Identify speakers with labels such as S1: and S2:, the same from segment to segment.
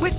S1: With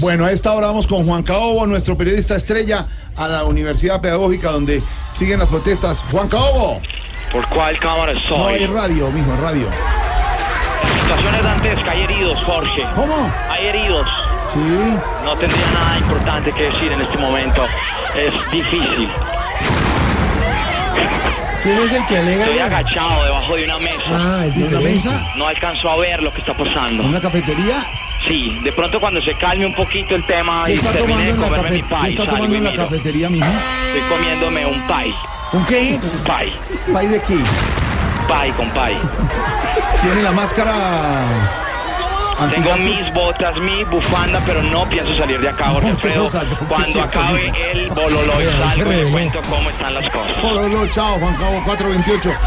S2: Bueno, a esta hora vamos con Juan Caobo, nuestro periodista estrella, a la Universidad Pedagógica, donde siguen las protestas. Juan Caobo,
S3: ¿Por cuál cámara
S2: no hay
S3: estoy?
S2: radio, mijo, en radio.
S3: La situación es dantesca, hay heridos, Jorge.
S2: ¿Cómo?
S3: Hay heridos.
S2: Sí.
S3: No tendría nada importante que decir en este momento. Es difícil.
S2: ¿Quién es el que
S3: Estoy
S2: alega?
S3: agachado debajo de una mesa.
S2: Ah, es de una mesa,
S3: No alcanzo a ver lo que está pasando.
S2: una cafetería.
S3: Sí, de pronto cuando se calme un poquito el tema
S2: ¿Qué
S3: y
S2: está tomando
S3: termine de
S2: en la,
S3: comerme
S2: cafe-
S3: mi
S2: qué
S3: pie,
S2: está
S3: salgo
S2: tomando
S3: y
S2: en la
S3: miro.
S2: cafetería, mijo?
S3: Estoy comiéndome un pie.
S2: ¿Un qué?
S3: Pie.
S2: ¿Pay de qué?
S3: Pie con pie.
S2: Tiene la máscara
S3: Tengo
S2: antigases?
S3: mis botas, mi bufanda, pero no pienso salir de acá, Jorge
S2: No, que no
S3: Alfredo.
S2: salgas, que
S3: Cuando
S2: quieto,
S3: acabe
S2: hijo.
S3: el bololo y
S2: Pero se
S3: salgo y le
S2: rebeló.
S3: cuento cómo están las cosas.
S2: Hola, hola, chao, Juan Cabo 428.